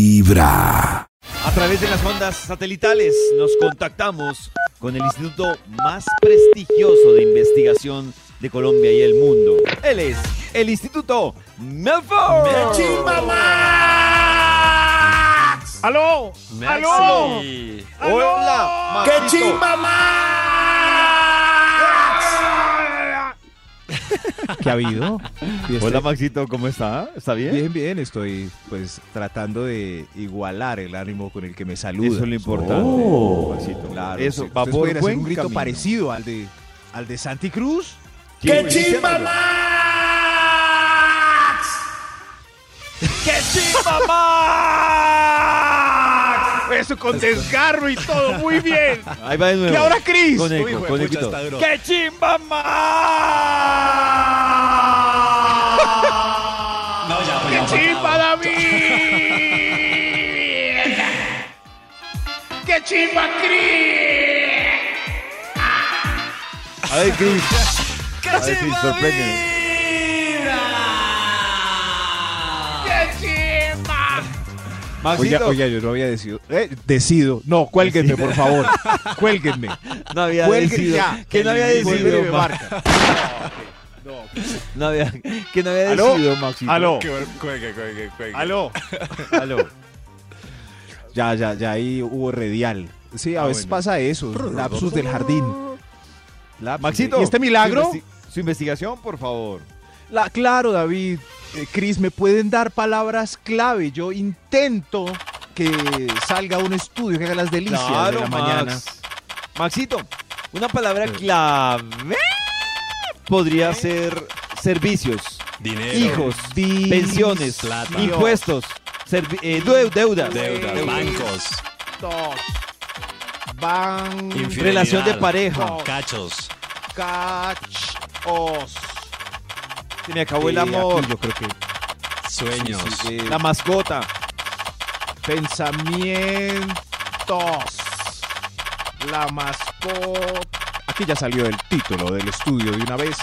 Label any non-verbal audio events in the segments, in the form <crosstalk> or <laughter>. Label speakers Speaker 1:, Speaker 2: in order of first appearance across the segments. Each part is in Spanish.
Speaker 1: Vibra.
Speaker 2: A través de las ondas satelitales nos contactamos con el instituto más prestigioso de investigación de Colombia y el mundo. Él es el Instituto Melford.
Speaker 3: ¡Aló! ¡Aló!
Speaker 2: Hola, Maxito.
Speaker 4: ¿Qué ha habido? Y estoy-
Speaker 2: Hola, Maxito, ¿cómo está? ¿Está bien?
Speaker 4: Bien, bien, estoy pues tratando de igualar el ánimo con el que me saluda.
Speaker 2: Eso es lo importante.
Speaker 4: Oh.
Speaker 2: Maxito.
Speaker 4: Claro,
Speaker 2: Eso,
Speaker 4: sí.
Speaker 2: va
Speaker 4: Ustedes
Speaker 2: por
Speaker 4: pueden hacer
Speaker 2: buen
Speaker 4: un grito
Speaker 2: camino.
Speaker 4: parecido al de al de Santi Cruz.
Speaker 2: Sí, güey.
Speaker 3: Eso con desgarro y todo, muy bien.
Speaker 2: Ahí va de nuevo.
Speaker 3: ¿Y ahora, Cris?
Speaker 2: Con eco,
Speaker 4: Uy,
Speaker 2: con
Speaker 4: juepucha,
Speaker 2: equito.
Speaker 4: está duro.
Speaker 3: ¡Qué chimba más! ¡Qué chimba, David! ¡Qué chimba, Cris!
Speaker 2: A ver, Cris. A ver, Cris, sorpréndeme.
Speaker 3: ¡Qué chimba!
Speaker 4: Oiga,
Speaker 2: Maxito,
Speaker 4: oiga, yo no había decidido. Eh, decido. No, cuélguenme, por favor. Cuélguenme.
Speaker 2: no había
Speaker 4: Cuelguen
Speaker 2: decidido.
Speaker 4: ya.
Speaker 2: ¿Qué no había
Speaker 4: Vuelven y me
Speaker 2: decidido? Ma-
Speaker 4: marcan.
Speaker 2: No había, que no había
Speaker 3: ¿Aló?
Speaker 2: decidido, Maxito.
Speaker 3: ¡Aló!
Speaker 5: Cuelgue, cuelgue, cuelgue.
Speaker 3: ¡Aló!
Speaker 2: Aló.
Speaker 4: Ya, ya, ya ahí hubo redial. Sí, a veces pasa eso. Lapsus del jardín. Lapsus.
Speaker 2: Maxito.
Speaker 4: ¿Y este milagro?
Speaker 2: Su, investi- su investigación, por favor.
Speaker 4: La- claro, David. Eh, Cris, me pueden dar palabras clave. Yo intento que salga un estudio que haga las delicias de la mañana.
Speaker 2: Maxito, una palabra clave
Speaker 4: ¿Eh?
Speaker 2: podría ser servicios,
Speaker 5: Dinero.
Speaker 2: hijos,
Speaker 4: Di-
Speaker 2: pensiones,
Speaker 5: Plata.
Speaker 2: impuestos, servi- eh, deu- deudas,
Speaker 5: Deudas.
Speaker 3: Deuda.
Speaker 5: Bancos.
Speaker 3: Dos.
Speaker 4: Van
Speaker 5: Infidelidad.
Speaker 2: relación de pareja.
Speaker 3: No.
Speaker 5: Cachos.
Speaker 3: Cachos.
Speaker 2: Se me acabó el
Speaker 4: Eh, aquí
Speaker 2: amor,
Speaker 4: Yo creo que
Speaker 5: Sueños.
Speaker 4: sí, eh,
Speaker 2: la mascota,
Speaker 4: pensamientos. La mascota. Aquí ya salió el título del estudio de una vez.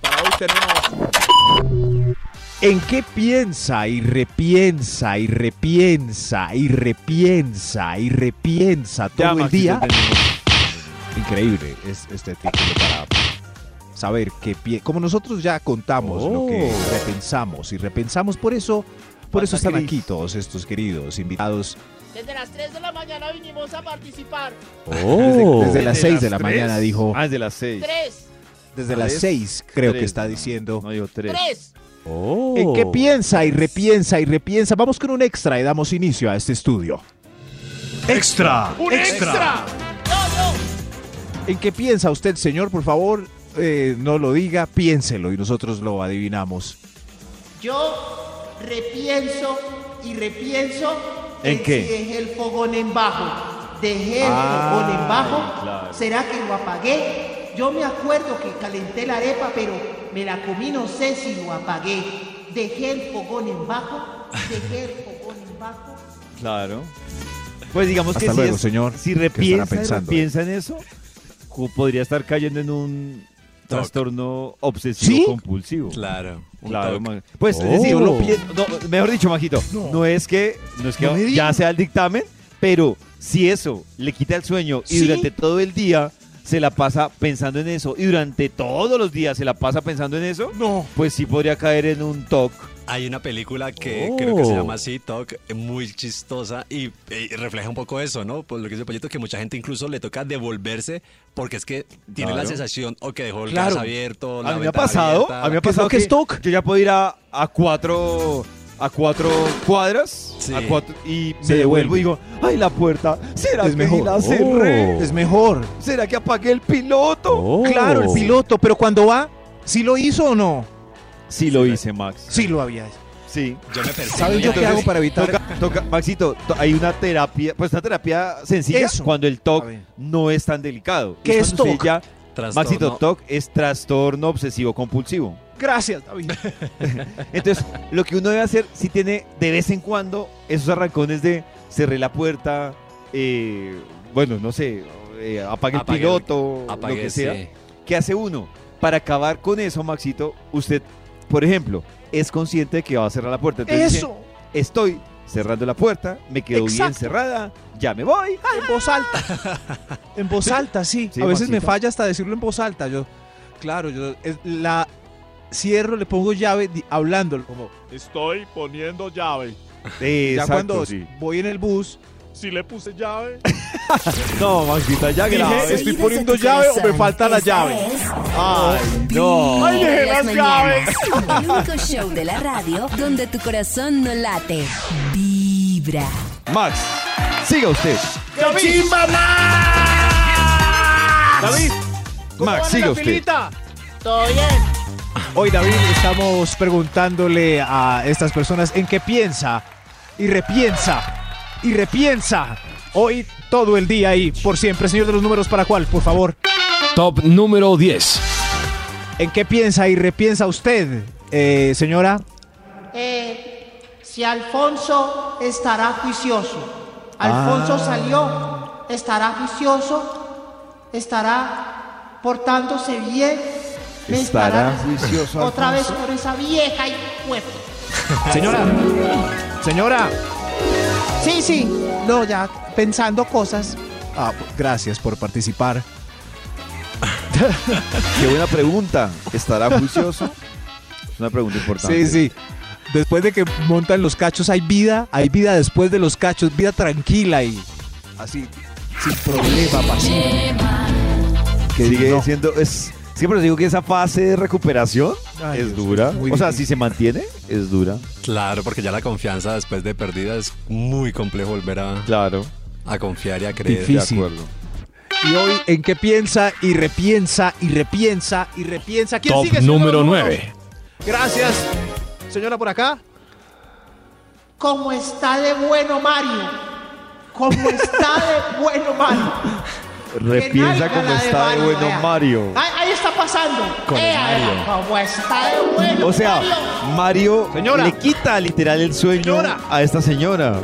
Speaker 3: Para hoy tenemos.
Speaker 4: ¿En qué piensa y repiensa y repiensa y repiensa y repiensa todo
Speaker 2: Ya,
Speaker 4: el
Speaker 2: Maxito,
Speaker 4: día?
Speaker 2: tenemos-
Speaker 4: Increíble es este título para saber qué pie. Como nosotros ya contamos lo que
Speaker 2: Oh.
Speaker 4: repensamos y repensamos, por eso, por eso
Speaker 2: Pasa,
Speaker 4: están
Speaker 2: Cris.
Speaker 4: aquí todos estos queridos invitados
Speaker 6: Desde las 3 de la mañana vinimos a participar.
Speaker 4: desde, desde las
Speaker 2: Desde
Speaker 4: 6 de la
Speaker 2: las tres.
Speaker 4: mañana, dijo.
Speaker 2: Ah, es de las seis.
Speaker 6: 3,
Speaker 4: Desde las
Speaker 2: tres,
Speaker 4: 6 creo
Speaker 2: tres,
Speaker 4: que está
Speaker 2: no.
Speaker 4: diciendo.
Speaker 2: No digo tres.
Speaker 6: 3.
Speaker 4: ¿En qué piensa y repiensa y repiensa? Vamos con un extra y damos inicio a este estudio.
Speaker 3: ¡Un extra!
Speaker 6: No,
Speaker 4: ¿En qué piensa usted, señor? Por favor, eh, no lo diga, piénselo y nosotros lo adivinamos.
Speaker 6: no. Yo repienso y repienso
Speaker 2: ¿En
Speaker 6: en
Speaker 2: qué? Ah,
Speaker 6: si dejé el fogón en bajo. Dejé el fogón en bajo. ¿Será que lo apagué? Yo me acuerdo que calenté la arepa, pero me la comí, no sé si lo apagué. Dejé el fogón en bajo. Dejé el fogón en bajo.
Speaker 2: Claro. Pues digamos que
Speaker 4: Hasta
Speaker 2: si,
Speaker 4: luego,
Speaker 2: es-
Speaker 4: señor.
Speaker 2: si
Speaker 4: ¿Qué
Speaker 2: repiensa,
Speaker 4: estará pensando?
Speaker 2: piensa en eso, ju- podría estar cayendo en un trastorno obsesivo
Speaker 4: ¿Sí?
Speaker 2: compulsivo.
Speaker 5: Claro. un
Speaker 2: Claro,
Speaker 5: toque.
Speaker 2: ma- pues es
Speaker 4: Oh.
Speaker 2: decir, uno piensa- no, mejor dicho, Majito, no, es que, no es que
Speaker 4: No me
Speaker 2: ya
Speaker 4: digas.
Speaker 2: sea el dictamen, pero si eso le quita el sueño y
Speaker 4: ¿Sí?
Speaker 2: durante todo el día se la pasa pensando en eso y durante todos los días se la pasa pensando en eso,
Speaker 4: No.
Speaker 2: pues sí podría caer en un TOC.
Speaker 5: Hay una película que
Speaker 4: Oh.
Speaker 5: creo que se llama así, Talk, muy chistosa y, y refleja un poco eso, ¿no? Por lo que dice Pollito, que mucha gente incluso le toca devolverse porque es que tiene
Speaker 2: Claro.
Speaker 5: la sensación o que dejó el
Speaker 4: Claro.
Speaker 5: gas abierto, la
Speaker 2: A mí me ha
Speaker 5: ventana
Speaker 2: pasado,
Speaker 5: abierta.
Speaker 2: a mí me ha
Speaker 4: ¿Qué es lo
Speaker 2: pasado
Speaker 4: que es TOC?
Speaker 2: Yo ya puedo ir a, a cuatro a cuatro cuadras
Speaker 5: Sí.
Speaker 2: a cuatro- y me
Speaker 4: Se
Speaker 2: devuelvo
Speaker 4: devuelve.
Speaker 2: y digo, ay la puerta, ¿será
Speaker 4: Es
Speaker 2: que
Speaker 4: mejor.
Speaker 2: la cerré?
Speaker 4: Es mejor.
Speaker 2: ¿Será que apagué el piloto?
Speaker 4: Claro, el piloto, pero cuando va, ¿sí lo hizo o no?
Speaker 2: Sí lo hice, Max.
Speaker 4: Sí lo había hecho.
Speaker 2: Sí.
Speaker 5: Yo me persigo
Speaker 4: ¿Saben
Speaker 5: y
Speaker 4: yo qué
Speaker 5: entonces-
Speaker 4: hago para evitar?
Speaker 2: Toca, toca- Maxito, to- hay una terapia, pues una terapia sencilla
Speaker 4: Eso.
Speaker 2: cuando el
Speaker 4: A
Speaker 2: TOC
Speaker 4: ver.
Speaker 2: no es tan delicado.
Speaker 4: ¿Qué
Speaker 2: Y
Speaker 4: es
Speaker 2: cuando usted
Speaker 4: TOC?
Speaker 2: ya-
Speaker 5: Trastorno.
Speaker 2: Maxito, TOC es trastorno obsesivo compulsivo.
Speaker 4: Gracias, David.
Speaker 2: Entonces, lo que uno debe hacer si tiene de vez en cuando esos arrancones de cerré la puerta, eh, bueno, no sé, eh, apague el
Speaker 5: Apague el-
Speaker 2: piloto,
Speaker 5: Apagué,
Speaker 2: lo que sea.
Speaker 5: sí.
Speaker 2: ¿Qué hace uno? Para acabar con eso, Maxito, usted, por ejemplo, es consciente de que va a cerrar la puerta. Entonces dice,
Speaker 4: Eso.
Speaker 2: estoy cerrando la puerta, me quedo bien
Speaker 4: Exacto. Ah.
Speaker 2: cerrada, ya me voy.
Speaker 4: En voz <laughs> alta. En voz alta, sí.
Speaker 2: Sí,
Speaker 4: a veces me
Speaker 2: Maxito.
Speaker 4: falla hasta decirlo en voz alta. Yo, claro, yo eh, la cierro, le pongo llave di- hablándolo. Como,
Speaker 3: Estoy poniendo llave.
Speaker 4: ya
Speaker 2: Eh, Exacto,
Speaker 4: cuando
Speaker 2: sí.
Speaker 4: voy en el bus,
Speaker 3: Si le puse llave.
Speaker 2: No, Maxita, ya
Speaker 4: Dije,
Speaker 2: grave.
Speaker 4: estoy poniendo llave o me falta la llave.
Speaker 2: Ay, no.
Speaker 3: ¡Ay, dejé las llaves!
Speaker 1: El único show de la radio donde tu corazón no late. Vibra.
Speaker 2: Max, siga usted. David. Max, Ah, siga usted.
Speaker 6: Todo bien.
Speaker 4: Hoy, David, estamos preguntándole a estas personas en qué piensa y repiensa y repiensa. Hoy, todo el día y por siempre. Señor de los números, ¿para cuál? Por favor.
Speaker 7: Top número 10.
Speaker 4: ¿En qué piensa y repiensa usted, eh, señora?
Speaker 6: Eh, si Alfonso estará juicioso,
Speaker 2: Ah.
Speaker 6: Alfonso salió, estará juicioso, estará portándose bien, me
Speaker 2: Estará juicioso,
Speaker 6: otra vez
Speaker 2: Alfonso.
Speaker 6: con esa vieja y puesto.
Speaker 4: Señora. Señora.
Speaker 6: Sí, sí, no, ya pensando cosas.
Speaker 4: Ah, gracias por participar.
Speaker 2: Qué buena pregunta. ¿Estará juicioso? Es una pregunta importante.
Speaker 4: Sí, sí. Después de que montan los cachos, hay vida, hay vida después de los cachos, vida tranquila y
Speaker 2: Ah,
Speaker 4: así, sin problema, pasiva.
Speaker 2: Que sigue
Speaker 4: no.
Speaker 2: siendo. Es, siempre les digo que esa fase de recuperación
Speaker 4: Ay,
Speaker 2: es
Speaker 4: Dios,
Speaker 2: dura.
Speaker 4: es muy
Speaker 2: o sea,
Speaker 4: difícil.
Speaker 2: si se mantiene, es dura.
Speaker 5: Claro, porque ya la confianza después de pérdida es muy complejo volver a,
Speaker 2: Claro.
Speaker 5: a confiar y a creer.
Speaker 4: Difícil.
Speaker 2: De acuerdo.
Speaker 4: Y hoy, ¿en qué piensa y repiensa y repiensa y repiensa? ¿Quién
Speaker 7: Top
Speaker 4: sigue? señor?
Speaker 7: número
Speaker 4: Los
Speaker 7: 9.
Speaker 4: Gracias. Señora por acá.
Speaker 6: Como está de bueno Mario, como está de bueno
Speaker 2: <laughs>
Speaker 6: Mario.
Speaker 2: Repiensa
Speaker 6: Que nalga
Speaker 2: como
Speaker 6: la de
Speaker 2: está de
Speaker 6: Mario,
Speaker 2: bueno
Speaker 6: vea.
Speaker 2: Mario.
Speaker 6: Ahí, ahí está pasando.
Speaker 5: Con
Speaker 6: Eh,
Speaker 5: Mario.
Speaker 6: vea, Como está de bueno
Speaker 2: O sea,
Speaker 6: Mario.
Speaker 2: Mario
Speaker 4: Señora.
Speaker 2: le quita literal el sueño
Speaker 4: Señora.
Speaker 2: a esta señora.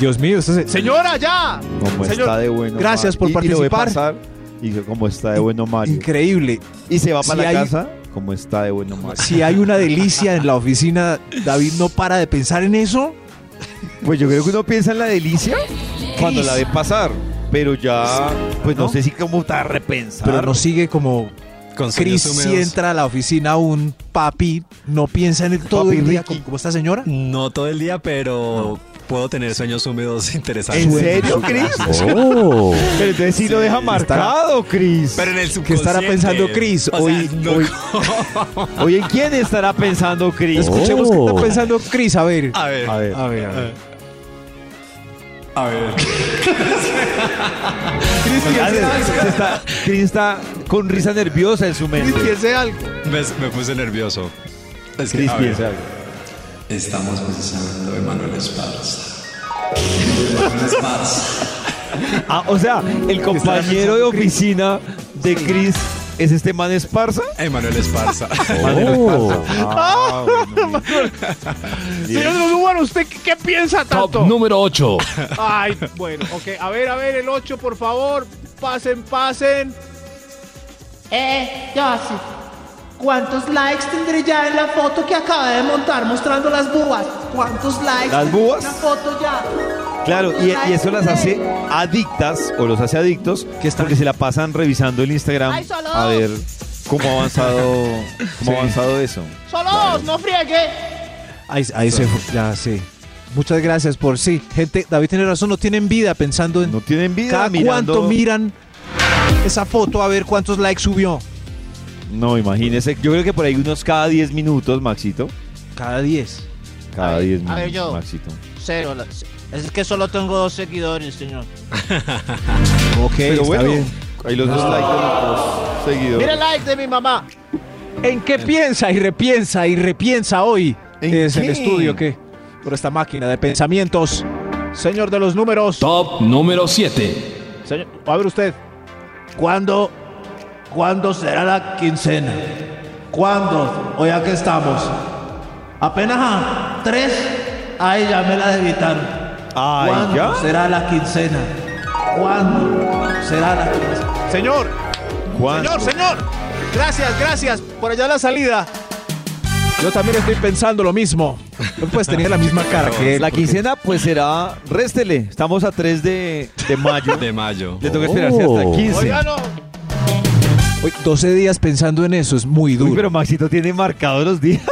Speaker 4: Dios mío, señora ya.
Speaker 2: Como
Speaker 4: Señor,
Speaker 2: está de bueno.
Speaker 4: gracias
Speaker 2: Mario.
Speaker 4: por
Speaker 2: Y- y lo ve
Speaker 4: participar.
Speaker 2: pasar y dice, como está de bueno Mario.
Speaker 4: Increíble.
Speaker 2: Y se va para
Speaker 4: Si
Speaker 2: la
Speaker 4: hay-
Speaker 2: casa como está de bueno Mario.
Speaker 4: Si hay una delicia en la oficina, David no para de pensar en eso.
Speaker 2: Pues yo creo que uno piensa en la delicia cuando la ve pasar. Pero ya, pues no,
Speaker 4: ¿No?
Speaker 2: sé si como está repensar.
Speaker 4: Pero no sigue como
Speaker 5: Con sueños
Speaker 4: Chris si
Speaker 5: húmedos.
Speaker 4: entra a la oficina un papi, no piensa en el todo
Speaker 2: Papi
Speaker 4: el día
Speaker 2: Ricky.
Speaker 4: como, como esta señora.
Speaker 5: No todo el día, pero puedo tener sueños húmedos <laughs> interesantes.
Speaker 2: ¿En serio, Chris? <laughs> Pero entonces sí, lo deja marcado, Chris.
Speaker 5: Pero en el
Speaker 4: ¿Qué
Speaker 5: subconsciente.
Speaker 4: estará pensando Chris?
Speaker 5: O sea,
Speaker 4: hoy,
Speaker 5: no-
Speaker 4: hoy-
Speaker 2: Oye, ¿en quién estará pensando, Chris?
Speaker 4: escuchemos qué
Speaker 2: Oh.
Speaker 4: está pensando Chris, a ver.
Speaker 5: A ver,
Speaker 2: A ver.
Speaker 4: A ver, a ver.
Speaker 5: a ver.
Speaker 4: Chris,
Speaker 2: Ah, se- se está- Chris está con risa nerviosa en su mente.
Speaker 4: piense algo.
Speaker 5: Me, me puse nervioso. Es que,
Speaker 2: Chris
Speaker 5: a ver,
Speaker 2: piensa algo.
Speaker 5: Estamos pensando en Manuel Esparza.
Speaker 2: Ah, o sea, el compañero de oficina de Chris es este man Esparza.
Speaker 5: <laughs>
Speaker 2: Oh.
Speaker 5: Emanuel Esparza.
Speaker 3: Señor de los números, ¿usted qué, qué piensa
Speaker 7: Top
Speaker 3: tanto?
Speaker 7: número 8.
Speaker 3: Ay, bueno, ok. A ver, a ver, el 8, por favor. Pasen, pasen.
Speaker 6: Eh, ya va, sí. ¿Cuántos likes tendré ya en la foto que acaba de montar mostrando las búhas? ¿Cuántos likes?
Speaker 2: ¿Las
Speaker 6: tendré
Speaker 2: búhas?
Speaker 6: En la foto ya.
Speaker 2: Claro, y, y eso las hace adictas o los hace adictos que porque se la pasan revisando el Instagram
Speaker 6: Ay, solo
Speaker 2: a ver cómo ha avanzado, cómo ha avanzado eso.
Speaker 6: Solo dos, no friegue.
Speaker 4: Ahí, ahí se fue, ya sí. Muchas gracias por sí. Gente, David tiene razón, no tienen vida pensando en
Speaker 2: No tienen vida
Speaker 4: cada
Speaker 2: mirando.
Speaker 4: cuánto miran esa foto a ver cuántos likes subió.
Speaker 2: No, imagínese. Yo creo que por ahí unos cada 10 minutos, Maxito.
Speaker 4: Cada 10.
Speaker 2: Cada
Speaker 8: A ver,
Speaker 2: 10
Speaker 8: a
Speaker 2: minutos,
Speaker 8: ver, yo.
Speaker 2: Maxito.
Speaker 8: Cero. la- Es que solo tengo dos seguidores, señor.
Speaker 4: Ok,
Speaker 2: Pero
Speaker 4: está
Speaker 2: bueno,
Speaker 4: bien.
Speaker 2: ahí los dos likes de los dos seguidores.
Speaker 8: Mira el like de mi mamá.
Speaker 4: ¿En qué piensa y repiensa y repiensa hoy?
Speaker 2: ¿En
Speaker 4: Es el
Speaker 2: qué?
Speaker 4: estudio que por esta máquina de pensamientos. Señor de los números,
Speaker 7: Top número 7.
Speaker 4: señor- a ver usted.
Speaker 8: ¿Cuándo? ¿Cuándo será la quincena? ¿Cuándo? Hoy aquí estamos. Apenas a tres. Ahí ya me la debitaron.
Speaker 2: Ay,
Speaker 8: ¿Cuándo
Speaker 2: ya.
Speaker 8: será la quincena? ¿Cuándo será la quincena?
Speaker 4: Señor,
Speaker 2: ¿Cuánto?
Speaker 4: señor, señor. Gracias, gracias. Por allá la salida. Yo también estoy pensando lo mismo. No puedes tener la misma cara que él.
Speaker 2: La
Speaker 4: porque-
Speaker 2: quincena, pues será, réstele. Estamos a 3 de, de mayo.
Speaker 5: De mayo.
Speaker 2: Le toca esperarse hasta el 15.
Speaker 3: Oiga, no.
Speaker 4: Uy, 12 días pensando en eso es muy
Speaker 2: Uy,
Speaker 4: duro.
Speaker 2: pero Maxito tiene marcados los días.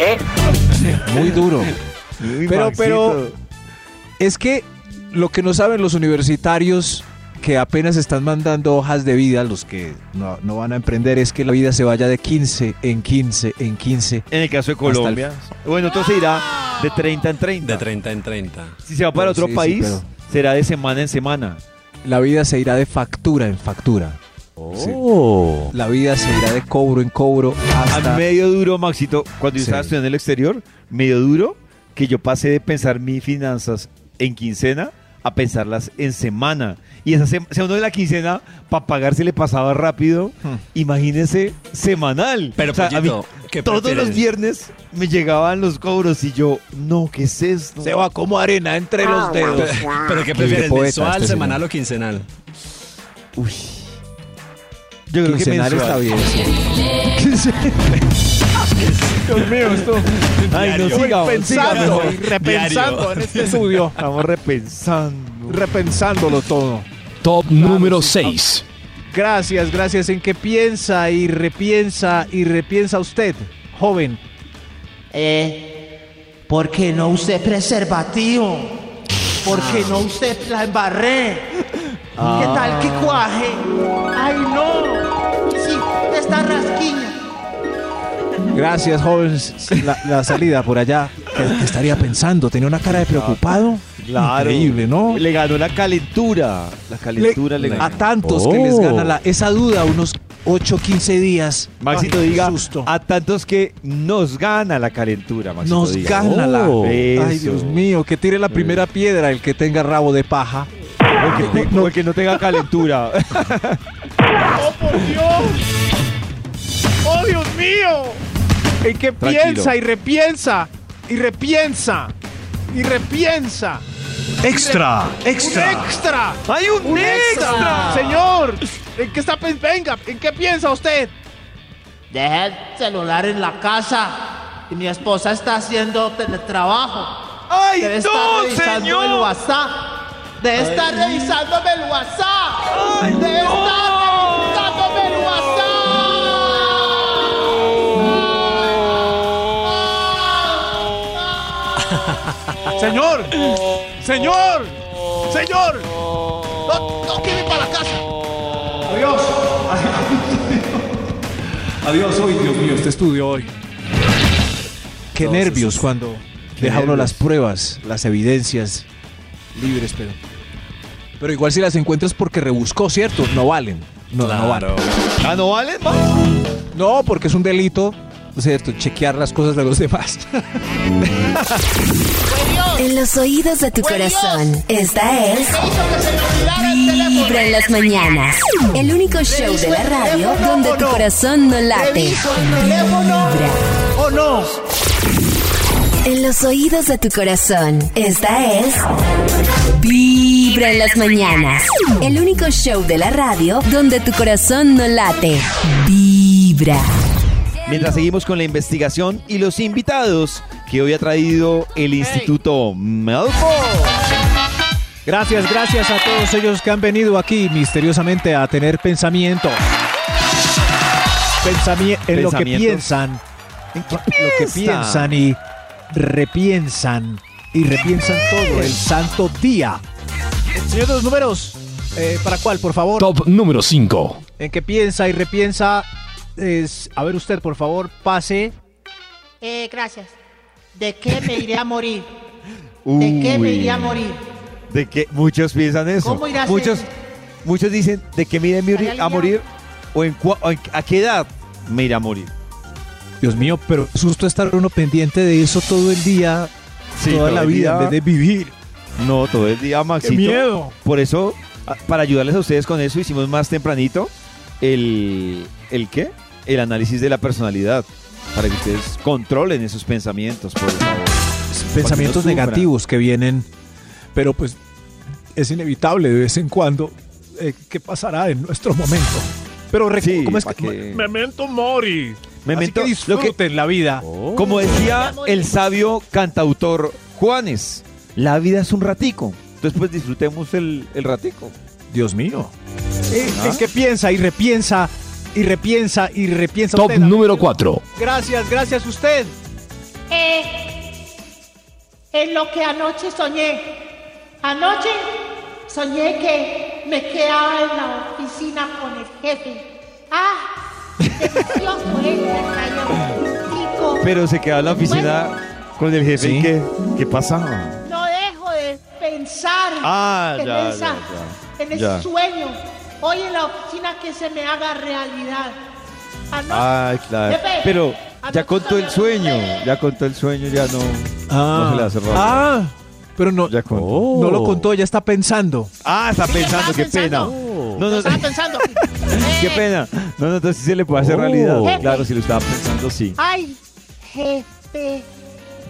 Speaker 4: <laughs> Muy duro.
Speaker 2: Uy,
Speaker 4: Pero-
Speaker 2: <laughs> Maxito.
Speaker 4: pero- Es que lo que no saben los universitarios que apenas están mandando hojas de vida, los que no, no van a emprender, es que la vida se vaya de 15 en 15 en 15.
Speaker 2: En el caso de Colombia. Bueno, entonces irá de 30 en 30.
Speaker 5: De 30 en 30.
Speaker 2: Si se va
Speaker 4: Bueno,
Speaker 2: para otro
Speaker 4: Oh, sí, sí,
Speaker 2: país,
Speaker 4: pero-
Speaker 2: será de semana en semana.
Speaker 4: La vida se irá de factura en factura.
Speaker 2: Oh.
Speaker 4: Sí. La vida se irá de cobro en cobro
Speaker 2: A
Speaker 4: hasta...
Speaker 2: mí medio duro, Maxito, cuando yo
Speaker 4: Sí.
Speaker 2: estaba estudiando en el exterior, medio duro que yo pasé de pensar mis finanzas en quincena a pensarlas en semana. Y esa sem- semana de la quincena, para pagar se le pasaba rápido.
Speaker 4: Hmm.
Speaker 2: Imagínese, semanal.
Speaker 5: Pero,
Speaker 2: O sea, a mí
Speaker 5: pollito, ¿qué
Speaker 2: todos
Speaker 5: prefieres?
Speaker 2: los viernes me llegaban los cobros y yo, no, ¿qué es esto?
Speaker 4: Se va como arena entre los dedos.
Speaker 5: Pero ¿qué
Speaker 4: de
Speaker 5: prefieres?
Speaker 4: poeta
Speaker 5: ¿Mensual,
Speaker 4: este
Speaker 5: semanal o quincenal?
Speaker 2: Yo creo que
Speaker 4: Quincenal está
Speaker 2: mensual.
Speaker 4: bien.
Speaker 2: Dios mío, esto. Ay, no,
Speaker 5: Diario.
Speaker 2: sigamos,
Speaker 4: Pensando,
Speaker 2: sigamos.
Speaker 4: y repensando en este estudio.
Speaker 2: Estamos repensando.
Speaker 4: Repensándolo todo.
Speaker 7: Top número 6.
Speaker 4: Gracias, gracias. ¿En qué piensa y repiensa y repiensa usted, joven?
Speaker 6: Eh, ¿Por qué no usé preservativo? ¿Por qué no usé la embarré?
Speaker 2: <laughs>
Speaker 6: ¿Qué tal
Speaker 2: Ah.
Speaker 6: que cuaje? ¡Ay, no! Sí, esta rasquiña.
Speaker 4: Gracias, joven. La, la salida por allá. ¿Qué, qué estaría pensando? ¿Tenía una cara de preocupado?
Speaker 2: Claro.
Speaker 4: Increíble, ¿no?
Speaker 2: Le ganó la calentura. La calentura le, ganó.
Speaker 4: a tantos que les gana la- esa duda unos 8, 15 días.
Speaker 2: Maxito
Speaker 4: Ay, qué
Speaker 2: diga,
Speaker 4: susto.
Speaker 2: a tantos que nos gana la calentura, Maxito
Speaker 4: Nos
Speaker 2: diga.
Speaker 4: gana la.
Speaker 2: Oh,
Speaker 4: Ay,
Speaker 2: eso. Mm.
Speaker 4: Dios mío, que tire la primera piedra el que tenga rabo de paja.
Speaker 2: O el que te- o el que no tenga calentura.
Speaker 3: <laughs> ¡Oh, por Dios! ¡Oh, Dios mío! ¿En qué
Speaker 2: Tranquilo.
Speaker 3: piensa y repiensa? Y repiensa. Y repiensa.
Speaker 8: Extra, extra.
Speaker 3: ¡Un extra!
Speaker 2: ¡Hay un,
Speaker 3: ¡Un
Speaker 2: extra!
Speaker 6: Ah.
Speaker 3: extra! Señor, ¿en qué está pen- Venga, ¿en qué piensa usted?
Speaker 6: Dejé el celular en la casa y mi esposa está haciendo teletrabajo.
Speaker 2: ¡Ay,
Speaker 6: Debe estar
Speaker 2: no,
Speaker 6: revisando el
Speaker 2: señor!
Speaker 6: WhatsApp. Debe estar revisándome el WhatsApp. Debe estar revisándome el WhatsApp.
Speaker 3: Señor, señor, señor, no, no quiere ir para la casa.
Speaker 4: Adiós hoy, Dios mío, este estudio hoy. Qué nervios cuando deja uno las pruebas, las evidencias libres, pero. Pero igual si las encuentras porque rebuscó, ¿cierto? No valen. No, no valen.
Speaker 2: ¿Ah, no vale más?
Speaker 4: No, porque es un delito, ¿cierto? Chequear las cosas de los demás. <laughs>
Speaker 1: En los oídos de tu corazón, esta es Vibra en las mañanas. El único show de la radio donde tu corazón no late.
Speaker 6: Reviso el teléfono
Speaker 1: Vibra.
Speaker 6: o no.
Speaker 1: En los oídos de tu corazón, esta es Vibra en las mañanas. El único show de la radio donde tu corazón no late. Vibra.
Speaker 2: Mientras seguimos con la investigación y los invitados que hoy ha traído el Instituto Melford.
Speaker 4: Gracias, gracias a todos ellos que han venido aquí misteriosamente a tener pensamiento. Pensami- en lo que
Speaker 2: Pensamientos.
Speaker 4: piensan. lo que
Speaker 2: piensan?
Speaker 4: piensan y repiensan. Y repiensan todo el santo día. Señor de los números, eh, ¿para cuál, por favor?
Speaker 7: Top número 5.
Speaker 4: En que piensa y repiensa. es- a ver usted, por favor, pase.
Speaker 6: Eh, gracias. ¿De qué me iré a morir? ¿De qué me
Speaker 2: Uy.
Speaker 6: iré a morir?
Speaker 2: ¿De qué? Muchos piensan eso.
Speaker 6: ¿Cómo irá a ser?
Speaker 2: muchos, muchos dicen, ¿de qué me iré a morir-
Speaker 6: ¿Estará
Speaker 2: a morir? ¿O, en cua- o en- a qué edad me iré a morir?
Speaker 4: Dios mío, pero susto estar uno pendiente de eso todo el día, toda
Speaker 2: todo
Speaker 4: la
Speaker 2: el
Speaker 4: vida,
Speaker 2: día.
Speaker 4: en vez de vivir.
Speaker 2: No, todo el día, Maxito.
Speaker 4: miedo!
Speaker 2: Por eso, a- para ayudarles a ustedes con eso, hicimos más tempranito el, el qué? El análisis de la personalidad. Para que ustedes controlen esos pensamientos, por favor.
Speaker 4: pensamientos
Speaker 2: Para que no sufran.
Speaker 4: negativos que vienen, pero pues es inevitable de vez en cuando eh, que pasará en nuestro momento. Pero recu-
Speaker 2: Sí,
Speaker 4: ¿cómo es
Speaker 2: para
Speaker 4: que-
Speaker 2: que-
Speaker 3: Memento Mori.
Speaker 4: Así
Speaker 2: Memento,
Speaker 4: que
Speaker 2: lo que- Oh,
Speaker 4: disfruten la vida.
Speaker 2: como decía el sabio cantautor Juanes, la vida es un ratico. Después disfrutemos el, el ratico. Ah.
Speaker 4: Dios mío. Es que piensa y repiensa y repiensa y repiensa.
Speaker 7: Top
Speaker 4: usted, amigo.
Speaker 7: número 4.
Speaker 4: Gracias, gracias usted.
Speaker 6: Eh, es lo que anoche soñé. Anoche soñé que me quedaba en la oficina con el jefe. ¡Ah! Delicioso este chico.
Speaker 2: Pero se queda en la oficina con el jefe. ¿Y qué, qué pasaba?
Speaker 6: No dejo de pensar
Speaker 2: Ah,
Speaker 6: en,
Speaker 2: ya,
Speaker 6: esa-
Speaker 2: ya,
Speaker 6: en ese
Speaker 2: Ya.
Speaker 6: sueño. Hoy en la oficina que se me haga realidad. Ah, Anoche-
Speaker 2: Ay, claro.
Speaker 6: Jefe,
Speaker 2: Pero ya
Speaker 6: anoche
Speaker 2: contó el
Speaker 6: soñé con
Speaker 2: sueño.
Speaker 6: usted.
Speaker 2: Ya contó el sueño, ya no, no se le hace raro.
Speaker 4: Ah, pero no,
Speaker 2: Ya contó.
Speaker 4: no lo contó, ya está pensando.
Speaker 2: Ah, está
Speaker 6: Sí,
Speaker 2: pensando,
Speaker 6: estaba
Speaker 2: qué pena.
Speaker 6: pensando.
Speaker 2: No,
Speaker 6: Lo
Speaker 2: no, <laughs>
Speaker 6: estaba pensando.
Speaker 2: qué
Speaker 6: Eh,
Speaker 2: pena. No, no, entonces sí se le puede hacer realidad.
Speaker 6: Jefe.
Speaker 2: Claro, si lo estaba pensando, sí.
Speaker 6: Ay, jefe.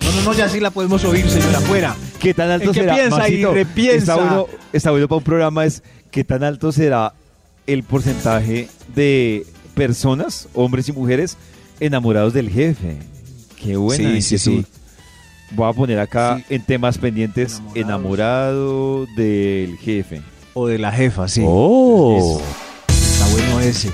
Speaker 4: No, no, no, ya sí la podemos oír, señora, afuera.
Speaker 2: ¿Qué tan alto
Speaker 4: El que
Speaker 2: será?
Speaker 4: piensa y repiensa.
Speaker 2: Está bueno, está bueno para un programa es qué tan alto será el porcentaje de personas, hombres y mujeres, enamorados del jefe. Qué buena
Speaker 4: Sí, sí,
Speaker 2: inquietud. Voy a poner acá
Speaker 4: Sí.
Speaker 2: en temas pendientes enamorado del jefe.
Speaker 4: O de la jefa, sí. Oh.
Speaker 2: Oh.
Speaker 4: Está bueno ese.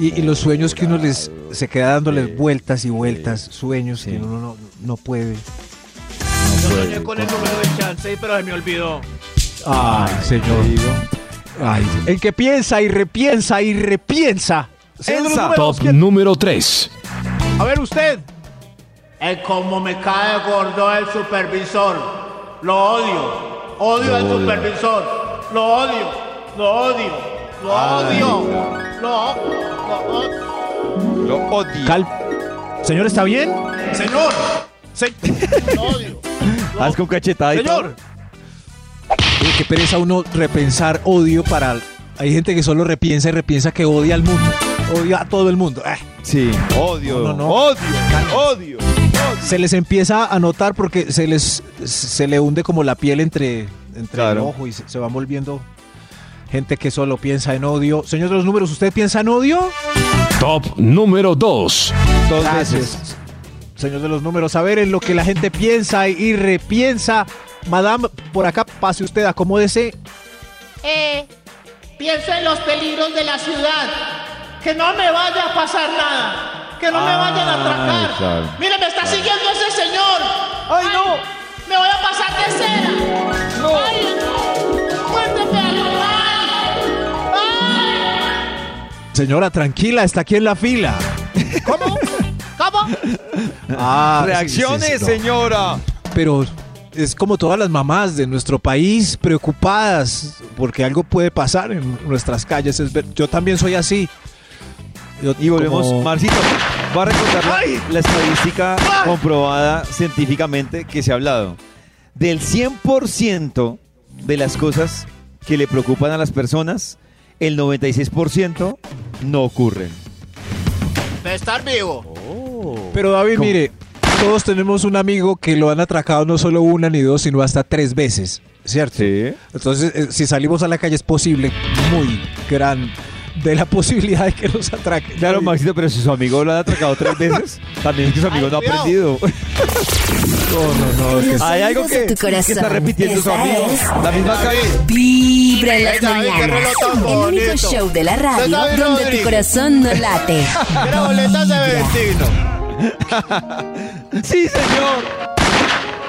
Speaker 4: Y, y los sueños que uno les
Speaker 2: Enamorado.
Speaker 4: se queda dándoles
Speaker 2: Sí.
Speaker 4: vueltas y vueltas, sueños
Speaker 2: Sí.
Speaker 4: que uno no, no puede.
Speaker 2: No puede,
Speaker 3: con el número de chance, pero se me olvidó.
Speaker 4: Ay, señor. Ay, el que piensa y repiensa y repiensa. Señor de los
Speaker 2: Ensa.
Speaker 4: números,
Speaker 7: Top número 3.
Speaker 4: A ver usted.
Speaker 8: Es como me cae gordo el supervisor. Lo odio. Odio al supervisor. Lo odio. Lo odio. Lo odio. Lo, lo odio.
Speaker 2: Lo odio.
Speaker 4: Cal- Señor, ¿está bien?
Speaker 3: Señor,
Speaker 2: Haz con cachetada y
Speaker 3: señor.
Speaker 4: Uy, qué pereza uno repensar odio para. Hay gente que solo repiensa y repiensa que odia al mundo. Odia a todo el mundo. Ah,
Speaker 2: todo. Sí. Odio.
Speaker 4: No, no, no.
Speaker 2: Odio. Odio.
Speaker 4: se les empieza a notar porque se les se le hunde como la piel entre, entre
Speaker 2: Claro.
Speaker 4: el ojo y se, se van volviendo gente que solo piensa en odio. Señor de los números, ¿usted piensa en odio?
Speaker 7: Top número 2.
Speaker 2: Dos veces.
Speaker 4: Gracias. Señor de los números, a ver en lo que la gente piensa y repiensa. Madame, por acá pase usted, acomódese.
Speaker 6: Eh, pienso en los peligros de la ciudad. Que no me vaya a pasar nada. Que no me vayan a atracar.
Speaker 2: claro,
Speaker 6: Mire, me está siguiendo ese señor. ¡Ay, no! ¡Me voy a pasar de cera! ¡No! ¡Ay, no! ¡Muérdeme a lo mal! ¡Ay!
Speaker 4: Señora, tranquila, está aquí en la fila.
Speaker 6: ¿Cómo? ¿Cómo?
Speaker 4: Ah, sí,
Speaker 2: Reacciones,
Speaker 4: sí, sí, no.
Speaker 2: señora.
Speaker 4: Pero es como todas las mamás de nuestro país preocupadas porque algo puede pasar en nuestras calles. Es ver- Yo también soy así. Yo
Speaker 2: Y volvemos,
Speaker 4: como-
Speaker 2: Marcito. Va a recordar la- la estadística comprobada científicamente que se ha hablado. Del 100% de las cosas que le preocupan a las personas, el 96% no ocurren.
Speaker 8: De estar vivo.
Speaker 4: Pero David,
Speaker 2: ¿Cómo?
Speaker 4: mire, todos tenemos un amigo que lo han atracado no solo una ni dos, sino hasta tres veces, ¿cierto?
Speaker 2: Sí.
Speaker 4: Entonces, eh, si salimos a la calle es posible, muy gran de la <laughs> posibilidad de que nos atraquen.
Speaker 2: Claro, Maxito, pero si su amigo lo ha atracado tres veces, también es que su amigo no ha aprendido.
Speaker 4: No, no, no, que-
Speaker 2: Hay algo
Speaker 1: Sonidos
Speaker 2: que,
Speaker 1: de tu
Speaker 2: que está
Speaker 1: corazón.
Speaker 2: repitiendo su
Speaker 1: Esa
Speaker 2: amigo.
Speaker 1: es-
Speaker 2: La misma calle.
Speaker 1: Vibra en las
Speaker 8: Venga, venga,
Speaker 1: mañanas.
Speaker 8: reloj tan
Speaker 1: El único
Speaker 8: bonito.
Speaker 1: show de la
Speaker 8: Venga,
Speaker 1: radio
Speaker 8: venga,
Speaker 1: donde tu
Speaker 8: Rodrigo.
Speaker 1: corazón no late.
Speaker 8: Era boleta de vecino.
Speaker 2: Sí, señor.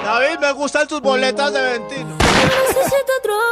Speaker 8: David, me gustan tus boletas de Ventino.
Speaker 9: necesito otro